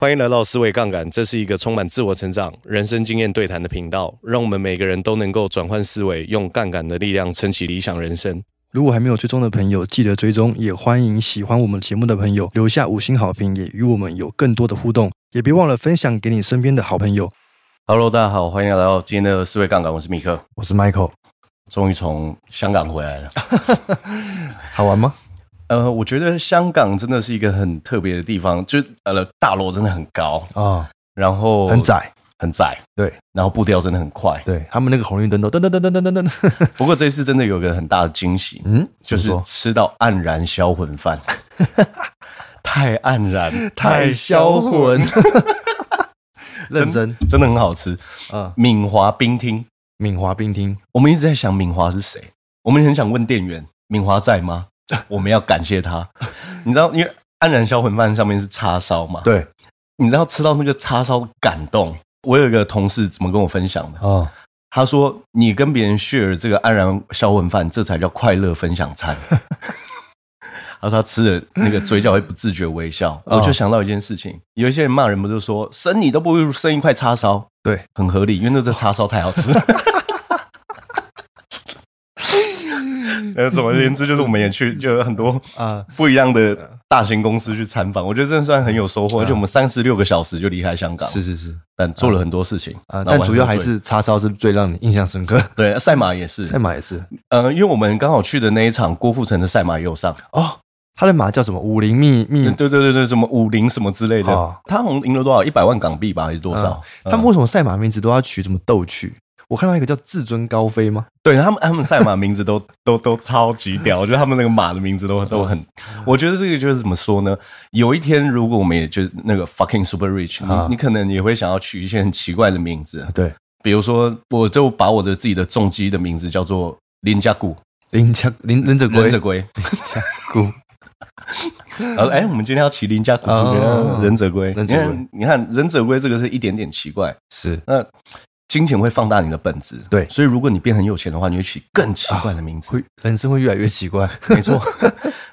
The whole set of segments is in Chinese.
欢迎来到思维杠杆，这是一个充满自我成长、人生经验对谈的频道，让我们每个人都能够转换思维，用杠杆的力量撑起理想人生。如果还没有追踪的朋友，记得追踪，也欢迎喜欢我们节目的朋友留下五星好评，也与我们有更多的互动，也别忘了分享给你身边的好朋友。 Hello，大家好，欢迎来到今天的思维杠杆，我是米克，我是 Michael，终于从香港回 来了。好玩吗？呃，我觉得香港真的是一个很特别的地方，就呃大楼真的很高，啊、然后很，窄，很窄，对然后步调真的很快。对，他们那个红绿灯都噔噔噔噔噔噔噔，不过这次真的有一个很大的惊喜，嗯，就怎是么说吃到黯然销魂 饭，太黯然，太销魂，，认真真的很好吃。啊！敏华冰厅，敏华冰厅我们一直在想敏华是谁，我们很想问店员敏华在吗？ 我们要感谢他。你知道，因为黯然销魂饭上面是叉烧嘛，，对你知道吃到那个叉烧感动。我有一个同事怎么跟我分享的？啊，他说：“你跟别人 share 这个黯然销魂饭，这才叫快乐分享餐。” 他说他吃的那个嘴角会不自觉微笑，哦我就想到一件事情，有一些人骂人不就说生你都不会生一块叉烧，对，很合理，因为那这叉烧太好吃。 呃，总而言之，就是我们也去，就有很多啊不一样的大型公司去参访，我觉得这算很有收获。而且我们三十六个小时就离开香港，是是是但做了很多事情啊，然后但我主要喝还醉是叉烧是最让你印象深刻， 对赛马也是，赛马也是呃，因为我们刚好去的那一场郭富城的赛马也有上，哦，他的马叫什么？武林秘密对对对对，什么五零什么之类的，嗯哦他好像赢了多少一百万港币吧，还是多少？他们为什么赛马名字都要取这么逗趣？我看到一个叫至尊高飞吗？对他们他们赛马名字都都都超级屌，我觉得他们那个马的名字都都很，我觉得这个就是怎么说呢？有一天如果我们也就是那个 fucking super rich，你、啊你可能也会想要取一些很奇怪的名字，对，比如说我就把我的自己的重击的名字叫做林家谷林家林忍者龟，忍者龟，龟然后哎，我们今天要骑林家古是不哦是忍者龟？忍你者龟看，你看忍者龟这个是一点点奇怪。是那金钱会放大你的本质，对啊所以如果你变很有钱的话，你会取更奇怪的名字。会人生会越来越奇 怪。没错，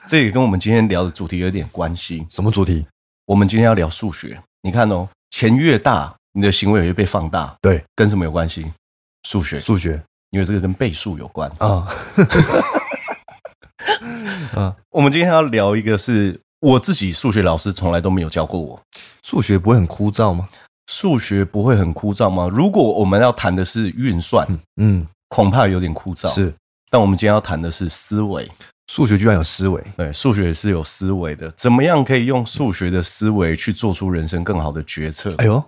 这也跟我们今天聊的主题有点关系。什么主题？我们今天要聊数学，你看哦，钱越大，你的行为也会被放大，对，跟什么有关系？数学，数学因为这个跟倍数有关。啊，我们今天要聊一个是我自己数学老师从来都没有教过我，数学不会很枯燥吗？数学不会很枯燥吗？如果我们要谈的是运算，嗯，恐怕有点枯燥。，是但我们今天要谈的是思维。数学居然有思维，对，数学是有思维的，怎么样可以用数学的思维去做出人生更好的决策？哎呦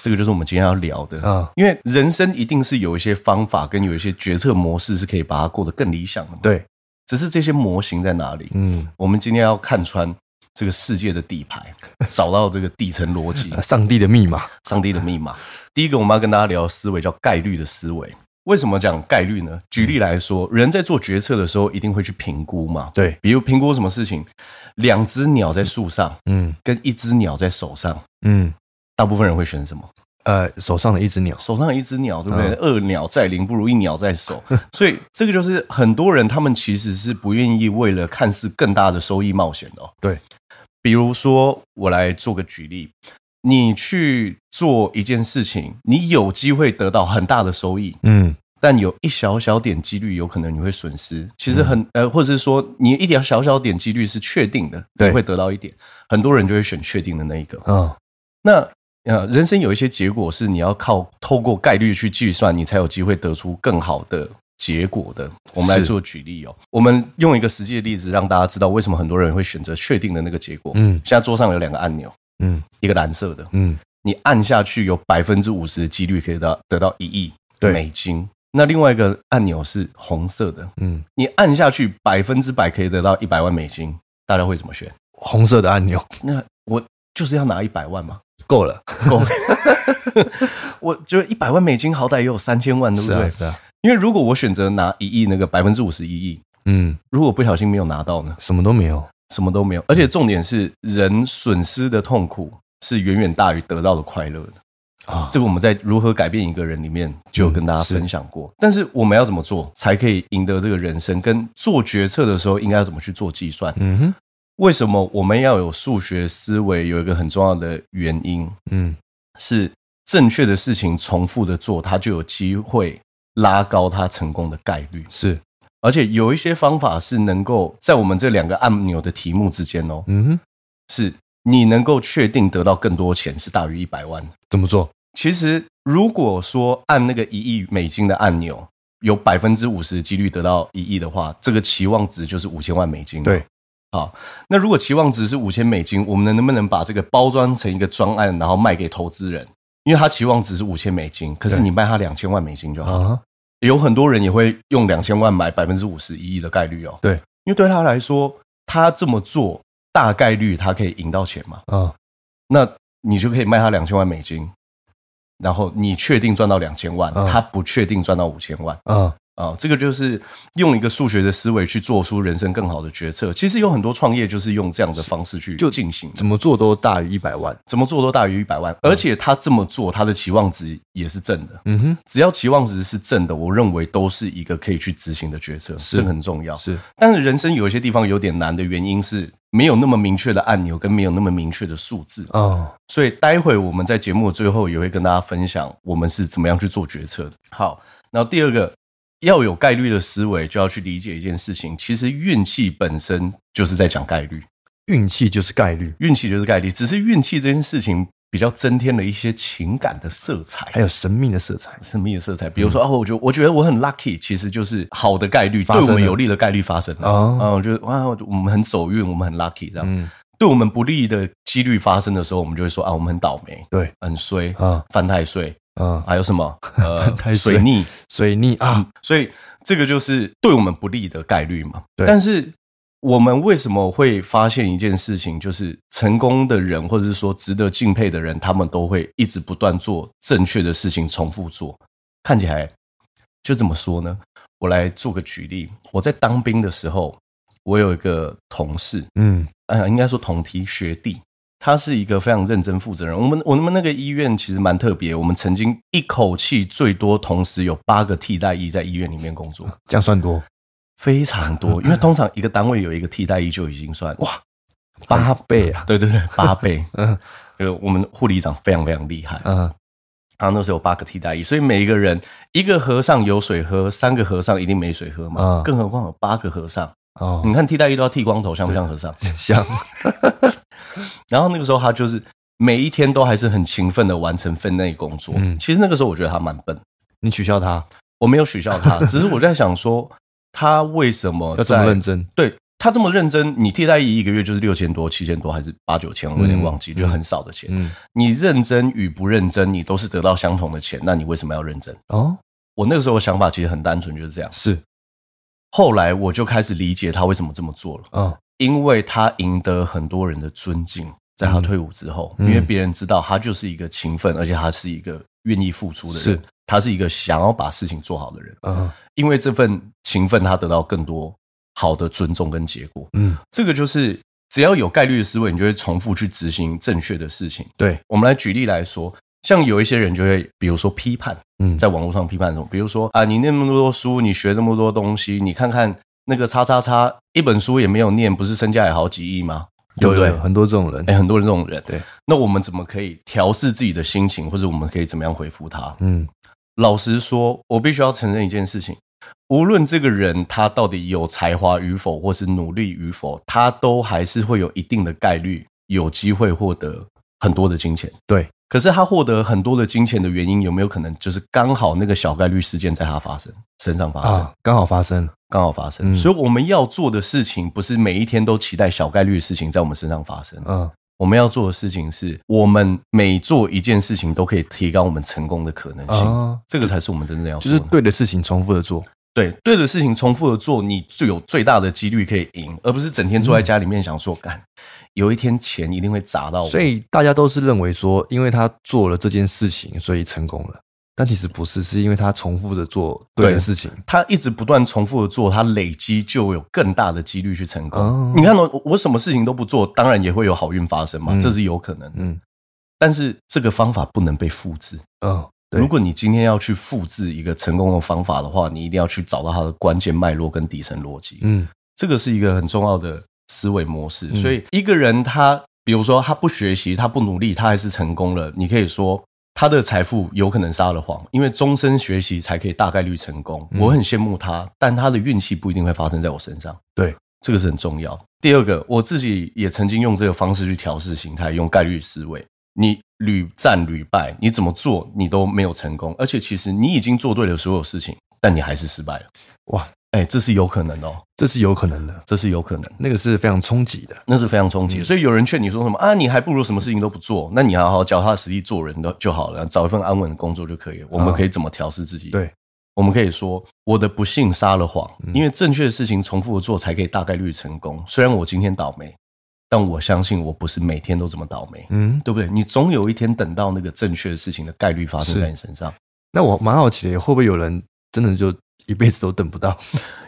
这个就是我们今天要聊的。啊，因为人生一定是有一些方法跟有一些决策模式是可以把它过得更理想的嘛。对，只是这些模型在哪里？嗯，我们今天要看穿这个世界的底牌，找到这个底层逻辑。呃上帝的密码上帝的密码。第一个，我们要跟大家聊的思维叫概率的思维。为什么讲概率呢？举例来说，人在做决策的时候一定会去评估嘛。对，比如评估什么事情，两只鸟在树上嗯跟一只鸟在手上，嗯，大部分人会选什么？呃，手上的一只鸟，手上有一只鸟，对不嗯对？二鸟在林不如一鸟在手， 所以这个就是很多人他们其实是不愿意为了看似更大的收益冒险的、哦。对，比如说我来做个举例，你去做一件事情，你有机会得到很大的收益，嗯但有一小小点几率有可能你会损失。其嗯实很、呃，或者是说你一点小小点几率是确定的，你对会得到一点，很多人就会选确定的那一个。啊，那呃，人生有一些结果是你要靠透过概率去计算，你才有机会得出更好的结果的。我们来是做举例哦，我们用一个实际的例子让大家知道为什么很多人会选择确定的那个结果。嗯现在桌上有两个按钮，嗯一个蓝色的，嗯，你按下去有百分之五十的几率可以得到得到一亿对美金。那另外一个按钮是红色的，嗯，你按下去百分之百可以得到一百万美金，大家会怎么选？红色的按钮那我就是要拿一百万嘛，够了，够。 我觉得一百万美金好歹也有三千万，对不是对？啊是啊，因为如果我选择拿一亿那个百分之五十一亿，嗯，如果不小心没有拿到呢，什么都没有，什么都嗯没有。而且重点是，人损失的痛苦是远远大于得到的快乐的。啊这个我们在《如何改变一个人》里面就有跟大家分享过。但是我们要怎么做才可以赢得这个人生？跟做决策的时候应该要怎么去做计算？嗯哼，为什么我们要有数学思维？有一个很重要的原因嗯是，正确的事情重复的做，它就有机会拉高它成功的概率。是，而且有一些方法是能够在我们这两个按钮的题目之间哦，嗯哼，是你能够确定得到更多钱是大于一百万的。怎么做？其实如果说按那个一亿美金的按钮，有百分之五十的几率得到一亿的话，这个期望值就是五千万美金。对，好，那如果期望值是五千美金，我们能不能把这个包装成一个专案，然后卖给投资人？因为它期望值是五千美金，可是对你卖它两千万美金就好了。啊，有很多人也会用两千万买百分之五十一亿的概率哦。对因为对他来说，他这么做大概率他可以赢到钱嘛，啊，那你就可以卖他两千万美金，然后你确定赚到两千万，嗯他不确定赚到五千万啊，啊、这个就是用一个数学的思维去做出人生更好的决策。其实有很多创业就是用这样的方式去就进行的，怎么做都大于一百万。怎么做都大于一百万，而且他这么做，他的期望值也是正的。嗯哼，只要期望值是正的，我认为都是一个可以去执行的决策，这个很重要。是但是人生有一些地方有点难的原因是没有那么明确的按钮，跟没有那么明确的数字。哦，所以待会我们在节目的最后也会跟大家分享我们是怎么样去做决策的。好，然后第二个要有概率的思维，就要去理解一件事情，其实运气本身就是在讲概率，运气就是概率，运气就是概率，只是运气这件事情比较增添了一些情感的色彩哎还。有神秘的色彩。神秘的色彩，比如说、哦，我觉得我觉得我很 lucky，其实就是好的概率嗯发生对了我们有利的概率发生了。哦啊，我觉得哇，我们很走运，我们很 lucky 这样。嗯，对我们不利的几率发生的时候，我们就会说啊，我们很倒霉，对，很衰，啊犯太岁，啊，还有什 么呃犯太岁水逆水逆啊，嗯所以这个就是对我们不利的概率嘛。对但是我们为什么会发现一件事情，就是成功的人，或者是说值得敬佩的人，他们都会一直不断做正确的事情，重复做。看起来就怎么说呢？我来做个举例，我在当兵的时候，我有一个同事，嗯，呃，应该说同梯学弟，他是一个非常认真负责人。我们我们那个医院其实蛮特别，我们曾经一口气最多同时有八个替代医在医院里面工作，这样算多，非常多。因为通常一个单位有一个替代医就已经算哇，八倍啊，对对对，八倍。 嗯呃，我们护理长非常非常厉害，嗯，他那时候有八个替代医，所以每一个人一个和尚有水喝，三个和尚一定没水喝嘛，嗯更何况有八个和尚。哦，你看替代医都要剃光头，像不像和尚？ 像然后那个时候他就是每一天都还是很勤奋的完成分内工作。嗯其实那个时候我觉得他蛮笨，你取消 它，我没有取笑 他，只是我在想说他为什么要这么在认真？对他这么认真，你替代役一个月就是六千多、七千多还是八九千，我有点忘记，嗯就很少的钱。嗯，你认真与不认真，你都是得到相同的钱，那你为什么要认真？哦，我那个时候的想法其实很单纯，就是这样。是，后来我就开始理解他为什么这么做了。嗯因为他赢得很多人的尊敬，在他退伍之后，嗯因为别人知道他就是一个勤奋，而且他是一个愿意付出的人，是他是一个想要把事情做好的人。嗯因为这份勤奋，他得到更多好的尊重跟结果。嗯，这个就是只要有概率的思维，你就会重复去执行正确的事情。对，我们来举例来说，像有一些人就会，比如说批判，嗯，在网络上批判什么，比如说啊，你念那么多书，你学这么多东西，你看看那个叉叉叉，一本书也没有念，不是身价也好几亿吗？对有不对有很多这种人哎、，很多人这种人，对，那我们怎么可以调试自己的心情，或者我们可以怎么样回复他？嗯老实说，我必须要承认一件事情，无论这个人他到底有才华与否，或是努力与否，他都还是会有一定的概率有机会获得很多的金钱。对，可是他获得很多的金钱的原因，有没有可能就是刚好那个小概率事件在他发生身上发生，啊，刚好发生，刚、好发生？嗯所以我们要做的事情，不是每一天都期待小概率的事情在我们身上发生。嗯我们要做的事情是，我们每做一件事情都可以提高我们成功的可能性。啊，这个才是我们真正要就做的。是对的事情重复的做，对对的事情重复的做，你最有最大的几率可以赢，而不是整天坐嗯在家里面想说，干、有一天钱一定会砸到我。所以大家都是认为说，因为他做了这件事情，所以成功了。但其实不是，是因为他重复的做对对的事情。他一直不断重复的做，他累积就有更大的几率去成功。哦你看哦，我我什么事情都不做，当然也会有好运发生嘛，嗯这是有可能的。嗯但是这个方法不能被复制。嗯，对如果你今天要去复制一个成功的方法的话，你一定要去找到它的关键脉络跟底层逻辑。嗯这个是一个很重要的思维模式。所以一个人他，比如说他不学习，他不努力，他还是成功了，你可以说他的财富有可能撒了谎，因为终身学习才可以大概率成功。我很羡慕他，但他的运气不一定会发生在我身上。对，这个是很重要。第二个，我自己也曾经用这个方式去调试心态，用概率思维。你屡战屡败，你怎么做你都没有成功，而且其实你已经做对了所有事情，但你还是失败了。哇，哎、这是有可能哦，这是有可能的，这是有可能，那个是非常冲击的。那是非常冲嗯击。所以有人劝你说什么啊，你还不如什么事情都不做，那你好好脚踏实地做人的就好了，找一份安稳的工作就可以了。我们可以怎么调试自己？啊对，嗯我们可以说我的不幸撒了谎，因为正确的事情重复的做才可以大概率成功。虽然我今天倒霉，但我相信我不是每天都这么倒霉。嗯，对不对？你总有一天等到那个正确的事情的概率发生是在你身上。那我蛮好奇的，会不会有人真的就一辈子都等不到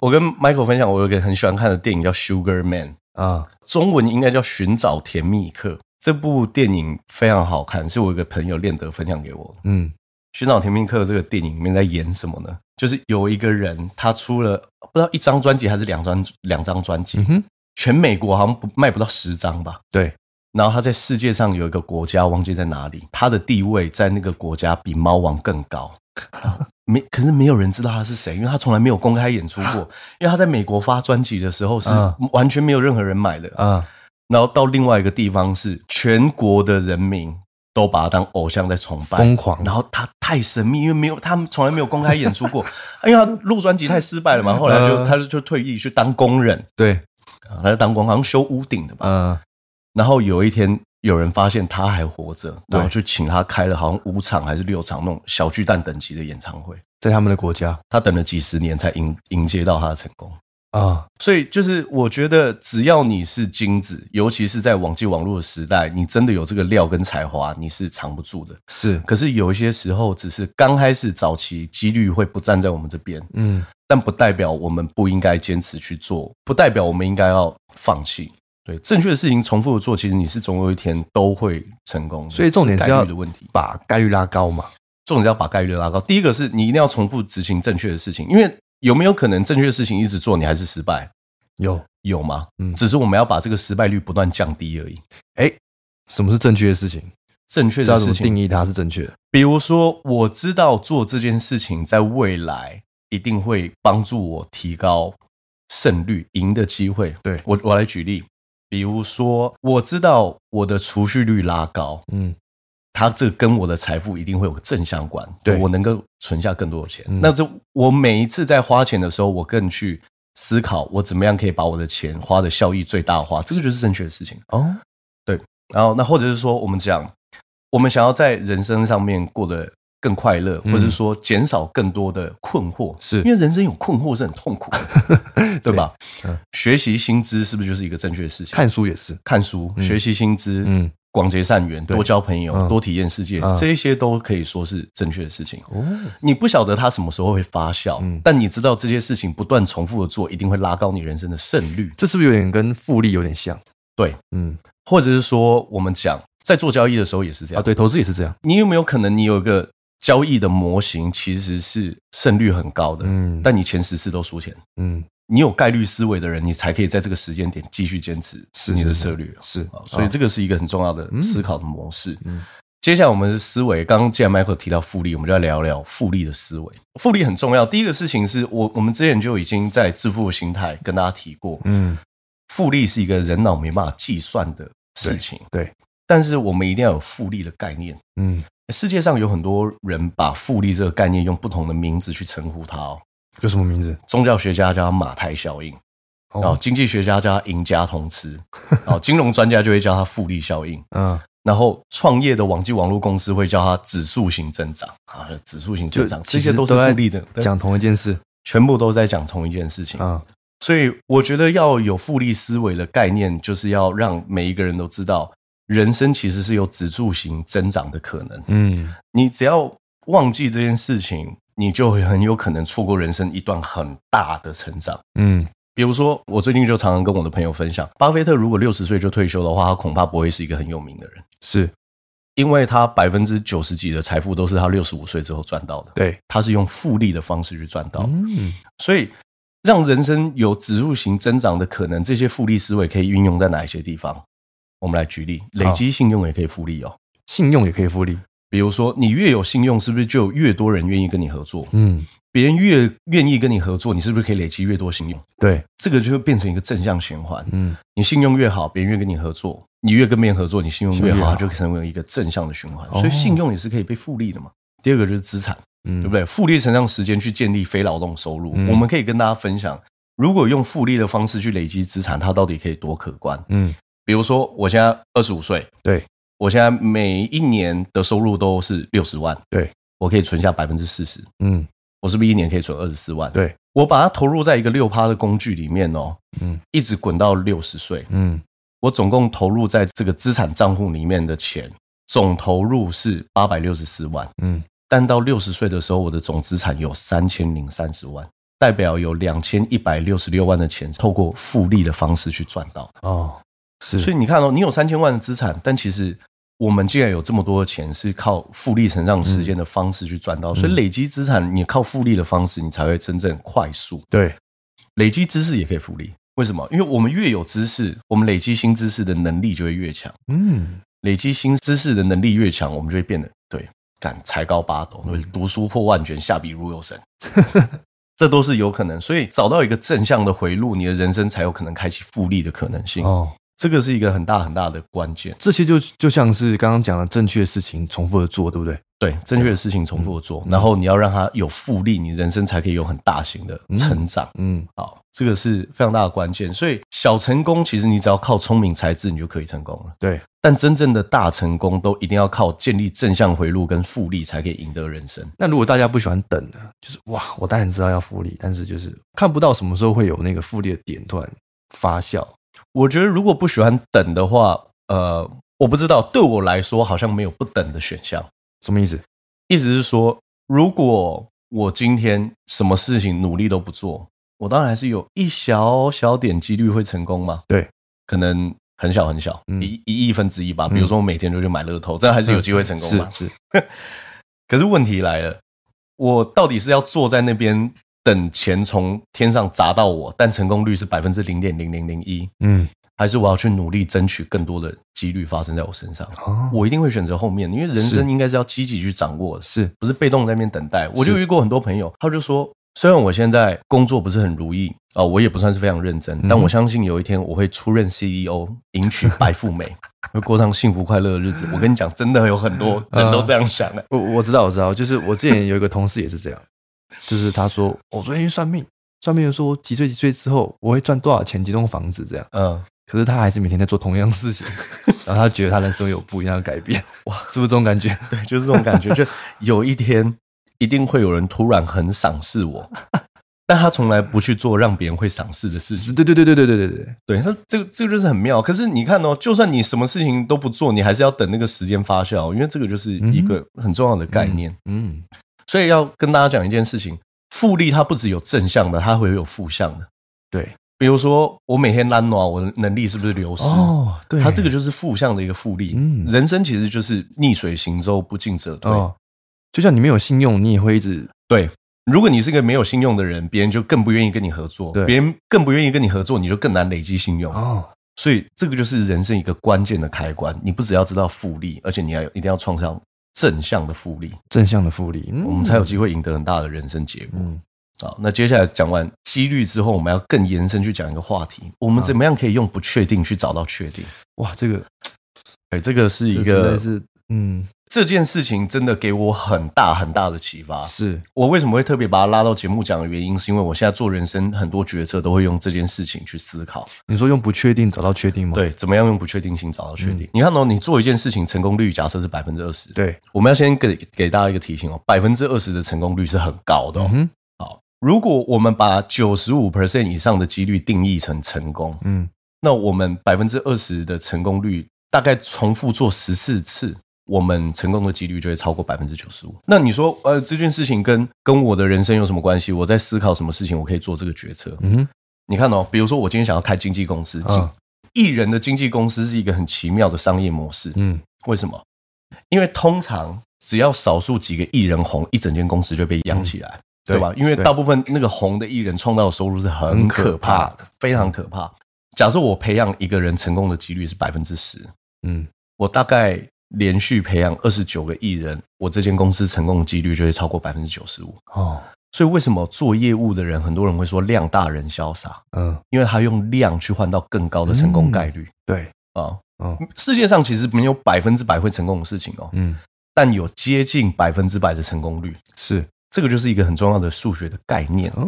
我跟 Michael 分享，我有一个很喜欢看的电影叫《Sugar Man》，啊？中文应该叫《寻找甜蜜客》。这部电影非常好看，是我一个朋友练德分享给我的。嗯《寻找甜蜜客》这个电影里面在演什么呢？就是有一个人，他出了不知道一张专辑还是两张两张专辑，嗯哼，全美国好像不卖不到十张吧。对，然后他在世界上有一个国家，忘记在哪里，他的地位在那个国家比猫王更高。 没，可是没有人知道他是谁，因为他从来没有公开演出 过。因为他在美国发专辑的时候是嗯完全没有任何人买的，啊，然后到另外一个地方是全国的人民都把他当偶像在崇拜，疯狂，然后他太神秘，因为没有他们从来没有公开演出 过，因为他录专辑太失败了嘛，后来就、嗯他就就退役去当工人，对，啊他就当工，好像修屋顶的吧。嗯然后有一天有人发现他还活着，对然后就请他开了好像五场还是六场那种小巨蛋等级的演唱会，在他们的国家他等了几十年才迎迎接到他的成功。啊，所以就是，我觉得只要你是金子，尤其是在网际网络的时代，你真的有这个料跟才华，你是藏不住的。是，可是有一些时候，只是刚开始早期几率会不站在我们这边，嗯，但不代表我们不应该坚持去做，不代表我们应该要放弃。对，正确的事情重复的做，其实你是总有一天都会成功的。所以重点是概要率的问题，把概率拉高嘛，重点是要把概率拉高。第一个是你一定要重复执行正确的事情，因为有没有可能正确的事情一直做你还是失败？有有吗？嗯嗯，只是我们要把这个失败率不断降低而已。什么是正确的事情？正确知道的怎事么定情，义它是正确的。比如说，我知道做这件事情在未来一定会帮助我提高胜率、赢的机会。对我，我来举例，比如说，我知道我的储蓄率拉高，嗯，它这跟我的财富一定会有个正相关，对我能够存下更多的钱。嗯那这我每一次在花钱的时候，我更去思考我怎么样可以把我的钱花的效益最大化，这个就是正确的事情。哦，然后那或者是说，我们讲我们想要在人生上面过得更快乐，嗯或者是说减少更多的困惑，是因为人生有困惑是很痛苦的， 对吧？嗯学习新知是不是就是一个正确的事情？看书也是，看书、学习新知，嗯嗯。广结善缘，对多交朋友，嗯多体验世界，嗯这一些都可以说是正确的事情。哦，你不晓得它什么时候会发酵，嗯但你知道这些事情不断重复的做，一定会拉高你人生的胜率。这是不是有点跟复利有点像？对，嗯，或者是说，我们讲在做交易的时候也是这样。啊，对，投资也是这样。你有没有可能你有一个交易的模型其实是胜率很高的，嗯，但你前十次都输钱？嗯你有概率思维的人，你才可以在这个时间点继续坚持是你的是是策略。是啊，所以这个是一个很重要的嗯思考的模式。嗯接下来我们是思维，刚刚既然 Michael 提到复利，我们就来聊聊复利的思维。复利很重要，第一个事情是我我们之前就已经在致富的心态跟大家提过，嗯复利是一个人脑没办法计算的事情，对，但是我们一定要有复利的概念。嗯，世界上有很多人把复利这个概念用不同的名字去称呼它哦。有什么名字？宗教学家叫马太效应，然哦后，经济学家叫赢家通吃，然后金融专家就会叫它复利效应，嗯，然后创业的网际网络公司会叫它指数型增长啊，指数型增长，其这实些都是在复利的，对讲同一件事全部都在讲同一件事情。啊。所以我觉得要有复利思维的概念，就是要让每一个人都知道，人生其实是有指数型增长的可能。嗯，你只要忘记这件事情，你就会很有可能错过人生一段很大的成长。嗯，比如说，我最近就常常跟我的朋友分享，巴菲特如果六十岁就退休的话，他恐怕不会是一个很有名的人，是因为他百分之九十几的财富都是他六十五岁之后赚到的，对，他是用复利的方式去赚到的。嗯所以让人生有指数型增长的可能，这些复利思维可以运用在哪一些地方？我们来举例，累积信用也可以复利哦。信用也可以复利。比如说，你越有信用，是不是就有越多人愿意跟你合作？嗯，别人越愿意跟你合作，你是不是可以累积越多信用？对，这个就会变成一个正向循环。嗯，你信用越好，别人越跟你合作；你越跟别人合作，你信用越信用越好，好它就成为一个正向的循环。哦所以信用也是可以被复利的嘛。第二个就是资产，嗯对不对？复利成长时间去建立非劳动收入，嗯我们可以跟大家分享，如果用复利的方式去累积资产，它到底可以多可观？嗯，比如说，我现在二十五岁，对我现在每一年的收入都是六十万，对我可以存下百分之四十，嗯，我是不是一年可以存二十四万？对，我把它投入在一个六趴的工具里面哦，嗯一直滚到六十岁，嗯，我总共投入在这个资产账户里面的钱，总投入是八百六十四万，嗯，但到六十岁的时候，我的总资产有三千零三十万，代表有两千一百六十六万的钱透过复利的方式去赚到的。哦，是，所以你看哦，你有三千万的资产，但其实我们既然有这么多的钱，是靠复利成长时间的方式去赚嗯到，所以累积资产，你靠复利的方式，你才会真正快速。对，累积知识也可以复利，为什么？因为我们越有知识，我们累积新知识的能力就会越强，嗯，累积新知识的能力越强，我们就会变得对，敢才高八斗，嗯对读书破万卷，下笔如流神。 这都是有可能，所以找到一个正向的回路，你的人生才有可能开启复利的可能性。哦，这个是一个很大很大的关键。这些就就像是刚刚讲的正确的事情，重复的做，对不对？对，正确的事情嗯重复地做，然后你要让它有复利，你人生才可以有很大型的成长。嗯，好，这个是非常大的关键。所以小成功，其实你只要靠聪明才智，你就可以成功了。对，但真正的大成功，都一定要靠建立正向回路跟复利，才可以赢得人生。那如果大家不喜欢等呢，就是哇，我当然知道要复利，但是就是看不到什么时候会有那个复利的点突然发酵。我觉得如果不喜欢等的话，呃，我不知道，对我来说好像没有不等的选项。什么意思？意思是说，如果我今天什么事情努力都不做，我当然还是有一小小点几率会成功嘛。对，可能很小很小，嗯一一亿分之一吧。比如说我每天就去买乐透，这样还嗯是有机会成功嘛。嗯是是，可是问题来了，我到底是要坐在那边等钱从天上砸到我，但成功率是百分之零点零零零一，嗯，还是我要去努力争取更多的几率发生在我身上？哦，我一定会选择后面，因为人是生应该是要积极去掌握的。是，不是被动在那边等待。我就遇过很多朋友，他就说，虽然我现在工作不是很如意啊、我也不算是非常认真，但我相信有一天我会出任 CEO，迎娶白富美， 会过上幸福快乐的日子。我跟你讲，真的有很多人都这样想的。我我知道，我知道，就是我之前有一个同事也是这样， 就是他说我昨天去算命，算命的说几岁几岁之后我会赚多少钱几栋房子这样，嗯，可是他还是每天在做同样的 事情，然后他觉得他人生有不一样的改变，哇，是不是这种 感觉？对，就是这种感觉，就有一天一定会有人突然很赏识我。但他从来不去做让别人会赏识的事情，对对对对对对对对，对，那这个这个就是很妙。可是你看哦，就算你什么事情都不做，你还是要等那个时间发酵，因为这个就是一个很重要的概念。嗯，所以要跟大家讲一件事情：复利它不只有正向的，它会有负向的。对，比如说，我每天懒惰，我的能力是不是流失？哦，对，它这个就是负向的一个复利。嗯人生其实就是逆水行舟，不进则退。哦，就像你没有信用，你也会一直对，如果你是一个没有信用的人，别人就更不愿意跟你合作。对别人更不愿意跟你合作，你就更难累积信用。哦。所以这个就是人生一个关键的开关。你不只要知道复利，而且你还一定要创造正向的复利，正向的复利，嗯我们才有机会赢得很大的人生结果。嗯好，那接下来讲完几率之后，我们要更延伸去讲一个话题：我啊们怎么样可以用不确定去找到确定？哇，这个哎，这个是一这实在个是嗯这件事情真的给我很大很大的启发。是我为什么会特别把它拉到节目讲的原因，是因为我现在做人生很多决策都会用这件事情去思考。你说用不确定找到确定吗？对，怎么样用不确定性找到确嗯定？你看哦，你做一件事情成功率假设是百分之二十，对，我们要先给给大家一个提醒哦，百分之二十的成功率是很高的、哦。嗯哼好，如果我们把九十五 percent 以上的几率定义成成功，嗯那我们百分之二十的成功率，大概重复做十四次，我们成功的几率就会超过百分之九十五。那你说，呃，这件事情跟跟我的人生有什么关系？我在思考什么事情，我可以做这个决策。嗯哼你看哦，比如说我今天想要开经纪公司，嗯艺人的经纪公司是一个很奇妙的商业模式。嗯为什么？因为通常只要少数几个艺人红，一整间公司就被养起来。对吧？因为对大部分那个红的艺人创造的收入是很很可可怕怕的，非常可怕。假设我培养一个人成功的几率是百分之十，嗯，我大概连续培养二十九个艺人，我这间公司成功的几率就会超过百分之九十五。哦，所以为什么做业务的人，很多人会说量大人潇洒，嗯，因为他用量去换到更高的成功概率对，啊、哦，世界上其实没有百分之百会成功的事情哦，嗯，但有接近百分之百的成功率，是，这个就是一个很重要的数学的概念。哦，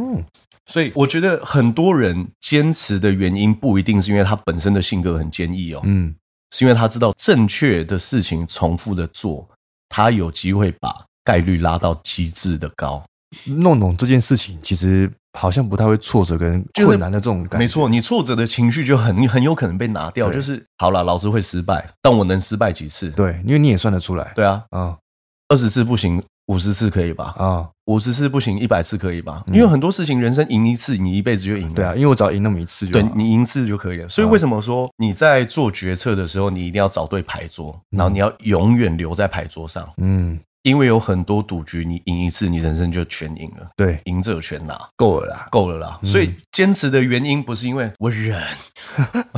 所以我觉得很多人坚持的原因不一定是因为他本身的性格很坚毅哦，嗯，是因为他知道正确的事情重复的做，他有机会把概率拉到极致的高。弄懂这件事情，其实好像不太会挫折跟就是困难的这种感觉，没，错，你挫折的情绪就很很有可能被拿掉，对就是好啦，老子会失败，但我能失败几次？对，因为你也算得出来，对啊，啊二十次不行，五十次可以吧？啊，五十次不行，一百次可以吧？嗯因为很多事情，人生赢一次，你一辈子就赢了。对啊，因为嗯我只要赢那么一次就对好，你赢一次就可以了。所以为什么说你在做决策的时候，你一定要找对牌桌，嗯然后你要永远留在牌桌上，嗯，因为有很多赌局，你赢一次，你人生就全赢了，对，赢者全拿，够了啦，够了啦。嗯所以坚持的原因不是因为我忍，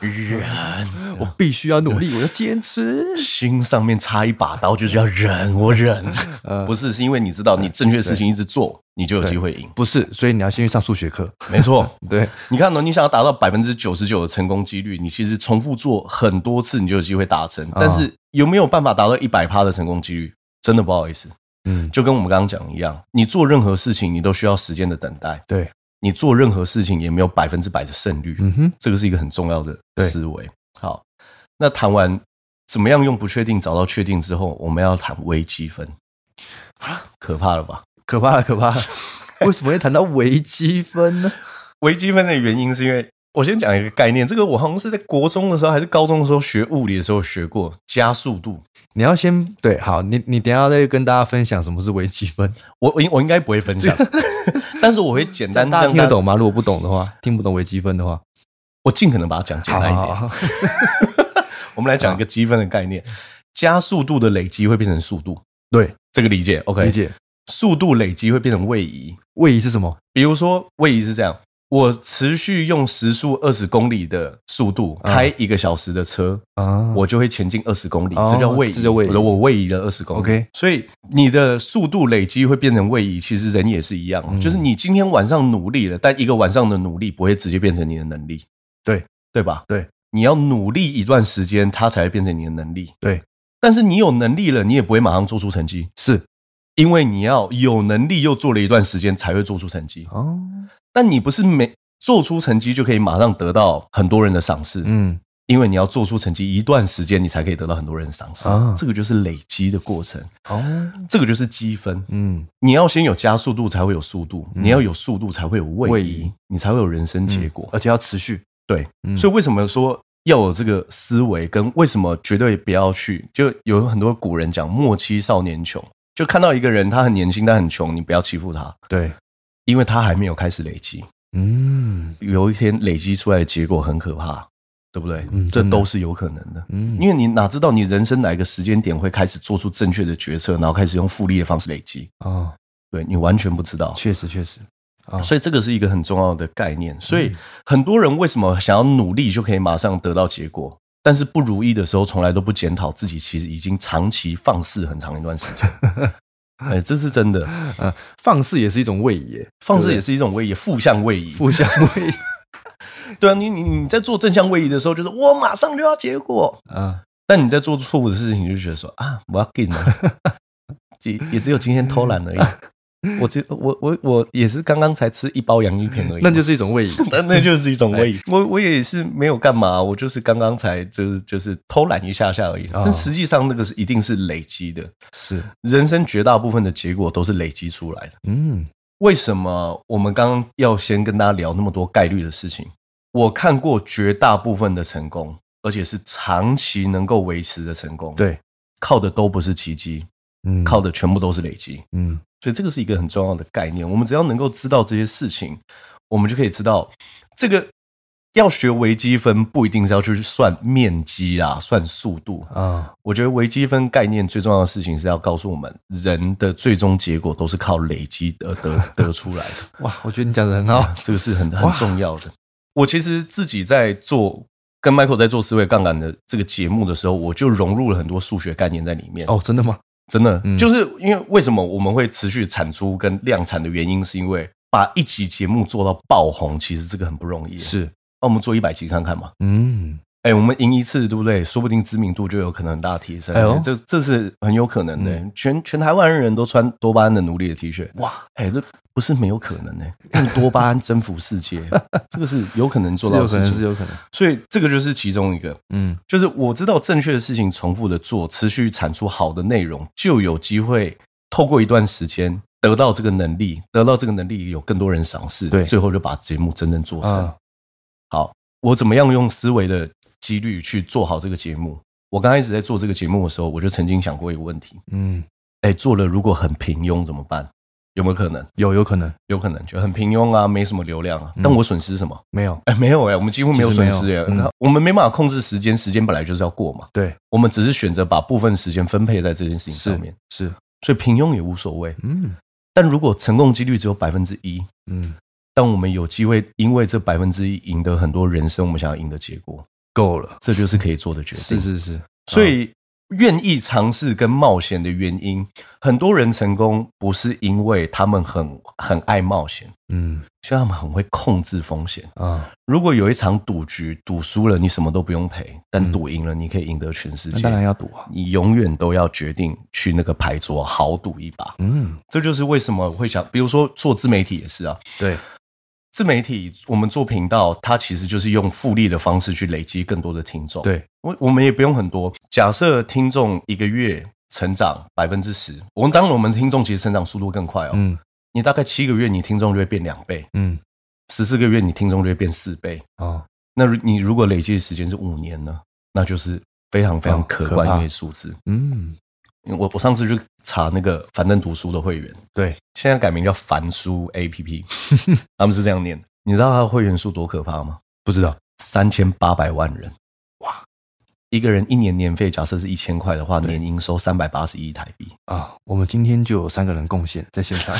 忍，我必须要 努力，我要坚持，心上面插一把刀就是要忍，我忍，呃，不是是因为你知道你正确的事情一直做，你就有机会赢。不是，所以你要先去上数学课，没错，对，你看呢、哦你想要达到百分之九十九的成功几率，你其实重复做很多次，你就有机会达嗯成。但是有没有办法达到一百趴的成功几率？真的不好意思，嗯，就跟我们刚刚讲的一样，你做任何事情你都需要时间的等待，对，你做任何事情也没有百分之百的胜率，嗯哼，这个是一个很重要的对思维。好，那谈完怎么样用不确定找到确定之后，我们要谈微积分，啊可怕了吧？可怕了，可怕了，为什么会谈到微积分呢？微积分的原因是因为我先讲一个概念，这个我好像是在国中的时候还是高中的时候学物理的时候学过加速度。你要先对，好，你你等一下再跟大家分享什么是微积分，我我应我应该不会分 享，但是我会简单大家让听得。懂吗？如果不懂的话，听不懂微积分的话，我尽可能把它讲简单一点。好， 我们来讲一个积分的概念，加速度的累积会变成速度，对，这个理解 OK？理。解。速度累积会变成位移，位移是什么？比如说位移是这样。我持续用时速二十公里的速度嗯开一个小时的车，啊，我就会前进二十公里，哦这叫位移。这叫位移我的我位移了二十公里。 OK 所以你的速度累积会变成位移，其实人也是一样，嗯就是你今天晚上努力了，但一个晚上的努力不会直接变成你的能力，对对吧？对，你要努力一段时间，它才会变成你的能力。对，但是你有能力了，你也不会马上做出成绩，是因为你要有能力又做了一段时间才会做出成绩。哦，但你不是每做出成绩就可以马上得到很多人的赏识，嗯，因为你要做出成绩一段时间，你才可以得到很多人的赏识。啊这个就是累积的过程，哦，这个就是积分。嗯，你要先有加速度，才会有速度；嗯你要有速度，才会有位移，位移嗯你才会有人生结果。而且要持续，对，嗯所以为什么说要有这个思维，跟为什么绝对不要去？就有很多古人讲“莫欺少年穷”，就看到一个人他很年轻，但很穷，你不要欺负他，对，因为他还没有开始累积。嗯有一天累积出来的结果很可怕，对不对？嗯这真的都是有可能的。嗯，因为你哪知道你人生哪一个时间点会开始做出正确的决策，然后开始用复利的方式累积，哦，对你完全不知道。确实确嗯实，啊所以这个是一个很重要的概念。所以很多人为什么想要努力就可以马上得到结果，但是不如意的时候从来都不检讨自己，其实已经长期放肆很长一段时间。 哎，这是真的，呃，放肆也是一种位移耶，放肆也是一种位移，负向位移。负向位移对啊，你你你在做正向位移的时候，就是我马上就要结果，啊，但你在做错误的事情，你就觉得说啊，我要 gain 了，也也只有今天偷懒而 已。我只我我我也是刚刚才吃一包洋芋片而已，那 就是哎一种位移，那那就是一种 威仪。我我也是没有干嘛，我就是刚刚才就是就是偷懒一下下而已。哦但实际上那个是一定是累积的，是，人生绝大部分的结果都是累积出来的。嗯为什么我们刚刚要先跟大家聊那么多概率的事情？我看过绝大部分的成功，而且是长期能够维持的成功，对，靠的都不是奇迹，嗯，靠，的全部都是累积。嗯所以这个是一个很重要的概念。我们只要能够知道这些事情，我们就可以知道这个要学微积分，不一定是要去算面积啊，算速度。啊，我觉得微积分概念最重要的事情是要告诉我们，人的最终结果都是靠累积而得得出来 的，哇，我觉得你讲的很好，这个是很很重要的。我其实自己在做跟 Michael 在做思维杠杆的这个节目的时候，我就融入了很多数学概念在里面。哦，真的吗？真的，嗯就是因为为什么我们会持续产出跟量产的原因，是因为把一集节目做到爆红，其实这个很不容易。，是，那我们做一百集看看嘛。嗯，哎、我们赢一次，对不对？说不定知名度就有可能很大提升。哎呦嗯这这是很有可能的。全全台湾人都穿多巴胺的奴隶的 T 恤，哇！哎、这不是没有可能 呢、用多巴胺征服世界，这个是有可能做是到有可的事能，是情。有可能，所以这个就是其中一个。嗯，就是我知道正确的事情重复的做，持续产出好的内容，就有机会透过一段时间得到这个能力，得到这个能力有更多人赏识，对最后就把节目真正做成。啊好，我怎么样用思维的几率去做好这个节目？我刚开始在做这个节目的时候，我就曾经想过一个问题：嗯，哎，做了如果很平庸怎么办？有没有可能？有有可能，有可能就很平庸啊，没什么流量啊，但嗯我损失什么？没有，哎、没有哎、我们几乎没有其实没损有失哎、嗯我们没办法控制时间，时间本来就是要过嘛。对，我们只是选择把部分时间分配在这件事情上面，是，所以平庸也无所谓。嗯但如果成功几率只有百分之一，嗯，但我们有机会因为这百分之一赢得很多人生我们想要赢的结果，够了，这就是可以做的决定。是是是，所以愿意尝试跟冒险的原因，很多人成功不是因为他们很很爱冒险，嗯是他们很会控制风险。啊，如果有一场赌局赌输了，你什么都不用赔，但赌赢了，你可以赢得全世嗯那界。当然要赌啊，你永远都要决定去那个牌桌豪赌一把。嗯，这就是为什么会想，比如说做自媒体也是啊，对，自媒体我们做频道，它其实就是用复利的方式去累积更多的听众。，对，我我们也不用很多，假设听众一个月成长百分之十，我们当然我们听众其实成长速度更快哦，嗯你大概七个月你听众就会变两倍，嗯，十四个月你听众就会变四倍，哦，那如你如果累积的时间是五年呢，那就是非常非常哦可可观怕的一个数字。嗯，我我上次去查那个樊登读书的会员，对，现在改名叫樊书 A P P，他 们是这样念的。你知道他的会员数多可怕吗？不知道，三千八百万人，哇！一个人一年年费假设是一千块的话，年营收三百八十亿台币。啊，我们今天就有三个人贡献在现 场。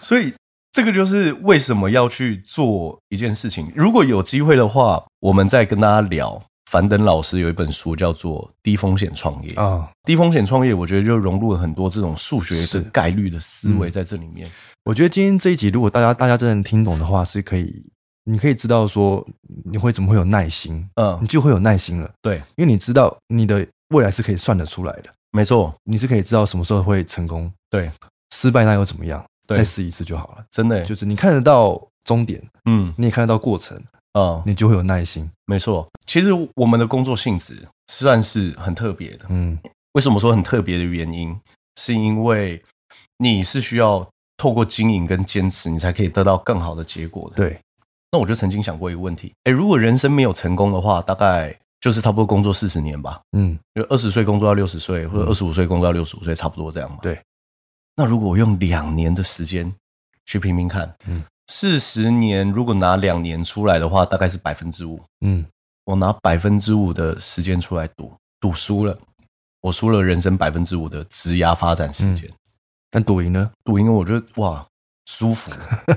所以这个就是为什么要去做一件事情。如果有机会的话，我们再跟大家聊。樊登老师有一本书叫做《低风险创业》，啊，低风险创业，我觉得就融入了很多这种数学是的概率的思维嗯在这里面。我觉得今天这一集，如果大家大家真的听懂的话，是可以，你可以知道说你会怎么会有耐心，你嗯，就会有耐心了，对，因为你知道你的未来是可以算得出来的，没错，你是可以知道什么时候会成功，对，失败那又怎么样？对再试一次就好了。真的，就是你看得到终点，嗯你也看得到过程，啊、嗯，你就会有耐心。没错。其实我们的工作性质算是很特别的。嗯，为什么说很特别的原因，是因为你是需要透过经营跟坚持，你才可以得到更好的结果的。对，那我就曾经想过一个问题：哎，如果人生没有成功的话，大概就是差不多工作四十年吧，嗯，就二十岁工作到六十岁，或者嗯二十五岁工作到六十五岁，差不多这样嘛。对。那如果我用两年的时间去拼拼看，嗯四十年如果拿两年出来的话，大概是百分之五。嗯，我拿百分之五的时间出来赌，赌输了，我输了人生百分之五的职涯发展时嗯间。但赌赢呢？赌赢了，我觉得哇舒服，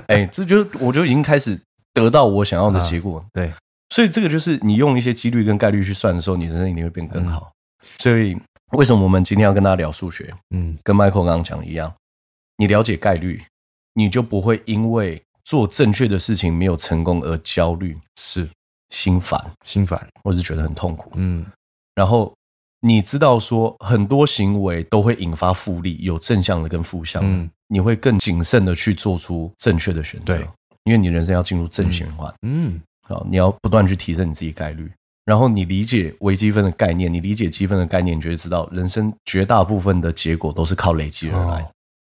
哎、这就我就已经开始得到我想要啊的结果。对，所以这个就是你用一些几率跟概率去算的时候，你人生一定会变嗯更好。所以为什么我们今天要跟大家聊数学？嗯，跟 Michael 刚刚讲的一样，你了解概率，你就不会因为做正确的事情没有成功而焦虑、是心烦，心烦。或是觉得很痛苦。嗯，然后你知道说很多行为都会引发复利，有正向的跟负向的，嗯你会更谨慎的去做出正确的选择对，因为你人生要进入正循环嗯，啊、好你要不断去提升你自己概率。然后你理解微积分的概念，你理解积分的概念，你就会知道人生绝大部分的结果都是靠累积而来，哦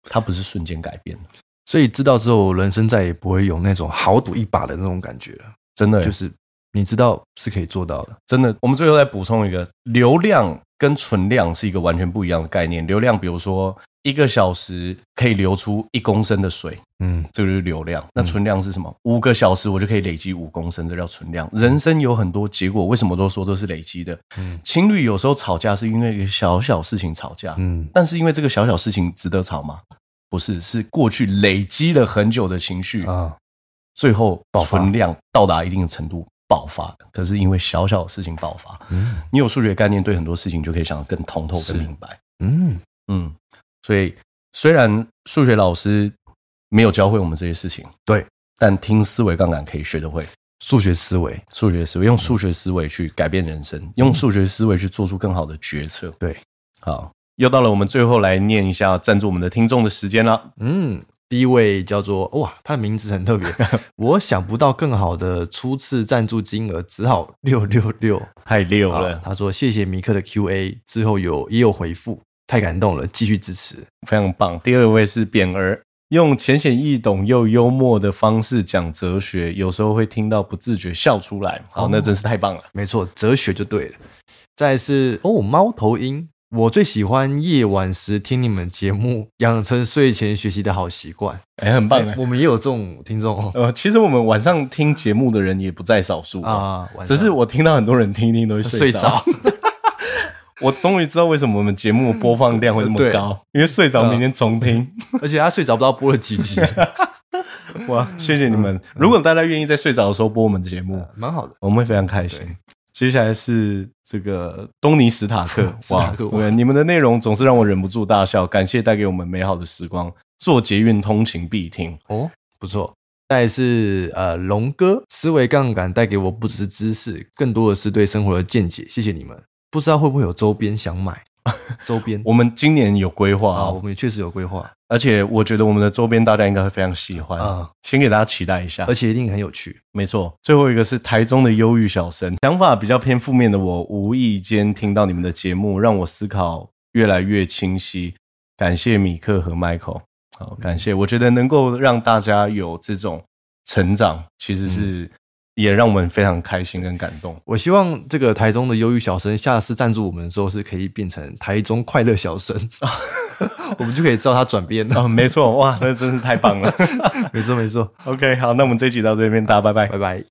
它不是瞬间改变的。所以知道之后，人生再也不会有那种豪赌一把的那种感觉了。真的，就是你知道是可以做到的。真的，我们最后再补充一个，流量跟存量是一个完全不一样的概念。流量，比如说一个小时可以流出一公升的水，嗯，这个就是流量。那存量是什么？五个小时我就可以累积五公升，这叫存量。人生有很多结果，为什么都说都是累积的？嗯情侣有时候吵架是因为一个小小事情吵架，嗯但是因为这个小小事情值得吵吗？不是，是过去累积了很久的情绪，啊，最后爆发存量到达一定的程度爆发的。可是因为小小的事情爆发，嗯你有数学概念，对很多事情就可以想得更通透、是更明白。嗯嗯，所以虽然数学老师没有教会我们这些事情，对，但听思维杠杆可以学得会。数学思维，数学思维，用数学思维去改变人生，用数学思维去做出更好的决策。对，好，又到了我们最后来念一下赞助我们的听众的时间了。嗯，第一位叫做哇，他的名字很特 别，我想不到更好的初次赞助金额，只好六六六。太溜好了，他说谢谢米克的 Q&A，之后有也有回复，太感动了，继续支持。非常棒。第二位是扁儿，用浅显易懂又幽默的方式讲哲学，有时候会听到不自觉笑出来。好，哦那真是太棒了。没错，哲学就对了。再来是哦，猫头鹰，我最喜欢夜晚时听你们节目，养成睡前学习的好习惯。哎、很棒哎、我们也有这种听 众哦呃，其实我们晚上听节目的人也不在少数啊，啊，晚上只是我听到很多人听一听都会睡睡着着。。 我终于知道为什么我们节目播放量会这么对嗯高，因为睡着明天重 听。而且他睡着不知道播了 几集，哇，谢谢你嗯们！如果大家愿意在睡着的时候播我们的节目，蛮好的。我们会非常开心嗯对。接下来是这个东尼史塔克， 史塔克哇对你们的内容总是让我忍不住大笑，感谢带给我们美好的时光。做捷运通勤必听，哦，不错。再来是呃，龙哥思维杠杆带给我不只是知识，更多的是对生活的见解。谢谢你们，不知道会不会有周边想买周边我们今年有规划啊？啊我，们也确实有 规划而且我觉得我们的周边大家应该会非常喜欢，啊，先给大家期待一下而。且一定很有趣。没错，最后一个是台中的忧郁小生，想法比较偏负面的我，无意间听到你们的节目，让我思考越来越清晰。感谢米克和 Michael，好，嗯感谢，我觉得能够让大家有这种成长，其实是、嗯也让我们非常开心跟感动。我希望这个台中的忧郁小生下次赞助我们的时候，是可以变成台中快乐小生， 我们就可以知道他转变了。哦，没错，哇，那真是太棒了。 没错没错， OK，好，那我们这一集到这边，大家拜拜。拜拜。